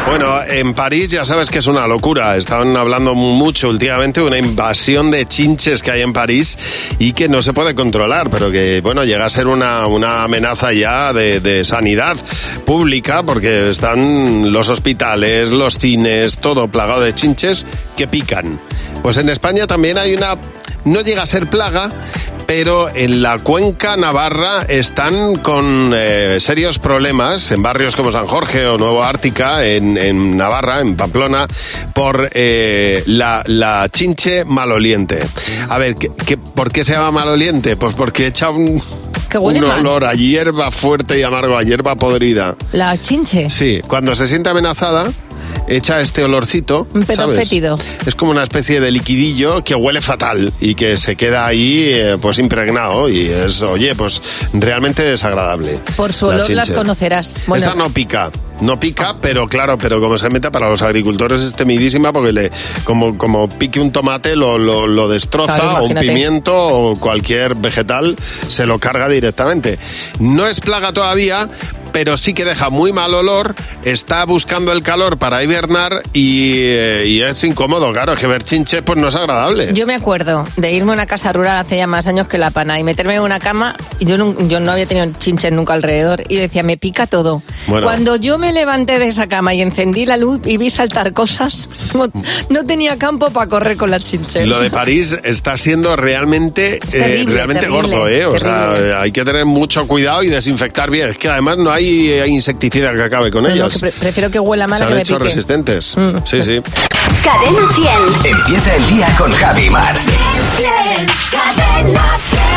Bueno, en París ya sabes que es una locura. Están hablando mucho últimamente de una invasión de chinches que hay en París y que no se puede controlar, pero que, bueno, llega a ser una, una amenaza ya de, de sanidad pública porque están los hospitales, los cines, todo plagado de chinches que pican. Pues en España también hay una... No llega a ser plaga, pero en la cuenca navarra están con eh, serios problemas en barrios como San Jorge o Nuevo Ártica, en, en Navarra, en Pamplona, por eh, la, la chinche maloliente. A ver, ¿qué, qué- por qué se llama maloliente? Pues porque echa un,
Que huele
un
mal.
olor a hierba fuerte y amargo, a hierba podrida.
La chinche.
Sí, cuando se siente amenazada, echa este olorcito.
Un pedo
¿sabes?
fétido.
Es como una especie de liquidillo que huele fatal y que se queda ahí eh, pues impregnado y es, oye, pues realmente desagradable.
Por su olor las
chinche.
conocerás. Bueno, Ah.
Esta no pica, no pica, pero claro, pero como se meta para los agricultores es temidísima porque le, como, como pique un tomate lo, lo, lo destroza
Claro,
o un
imagínate.
pimiento o cualquier vegetal se lo carga directamente. No es plaga todavía, pero sí que deja muy mal olor, está buscando el calor para hibernar y, eh, y es incómodo, claro, es que ver chinches pues no es agradable.
Yo me acuerdo de irme a una casa rural hace ya más años que la pana y meterme en una cama y yo, nun- yo no había tenido chinches nunca alrededor y decía, me pica todo.
Bueno.
Cuando yo me levanté de esa cama y encendí la luz y vi saltar cosas, no, no tenía campo para correr con las chinches.
Lo de París está siendo realmente, eh,
terrible,
realmente
terrible,
gordo, ¿eh? O sea,
terrible.
eh, hay que tener mucho cuidado y desinfectar bien. Es que además no hay hay eh, insecticida que acabe con
No, no,
ellas.
que pre- prefiero que huela mal
Se
a que
han
me
hecho
piquen.
resistentes.
Mm.
Sí, sí.
Cadena 100.
Empieza el día con Javi Mar.
Cadena 100.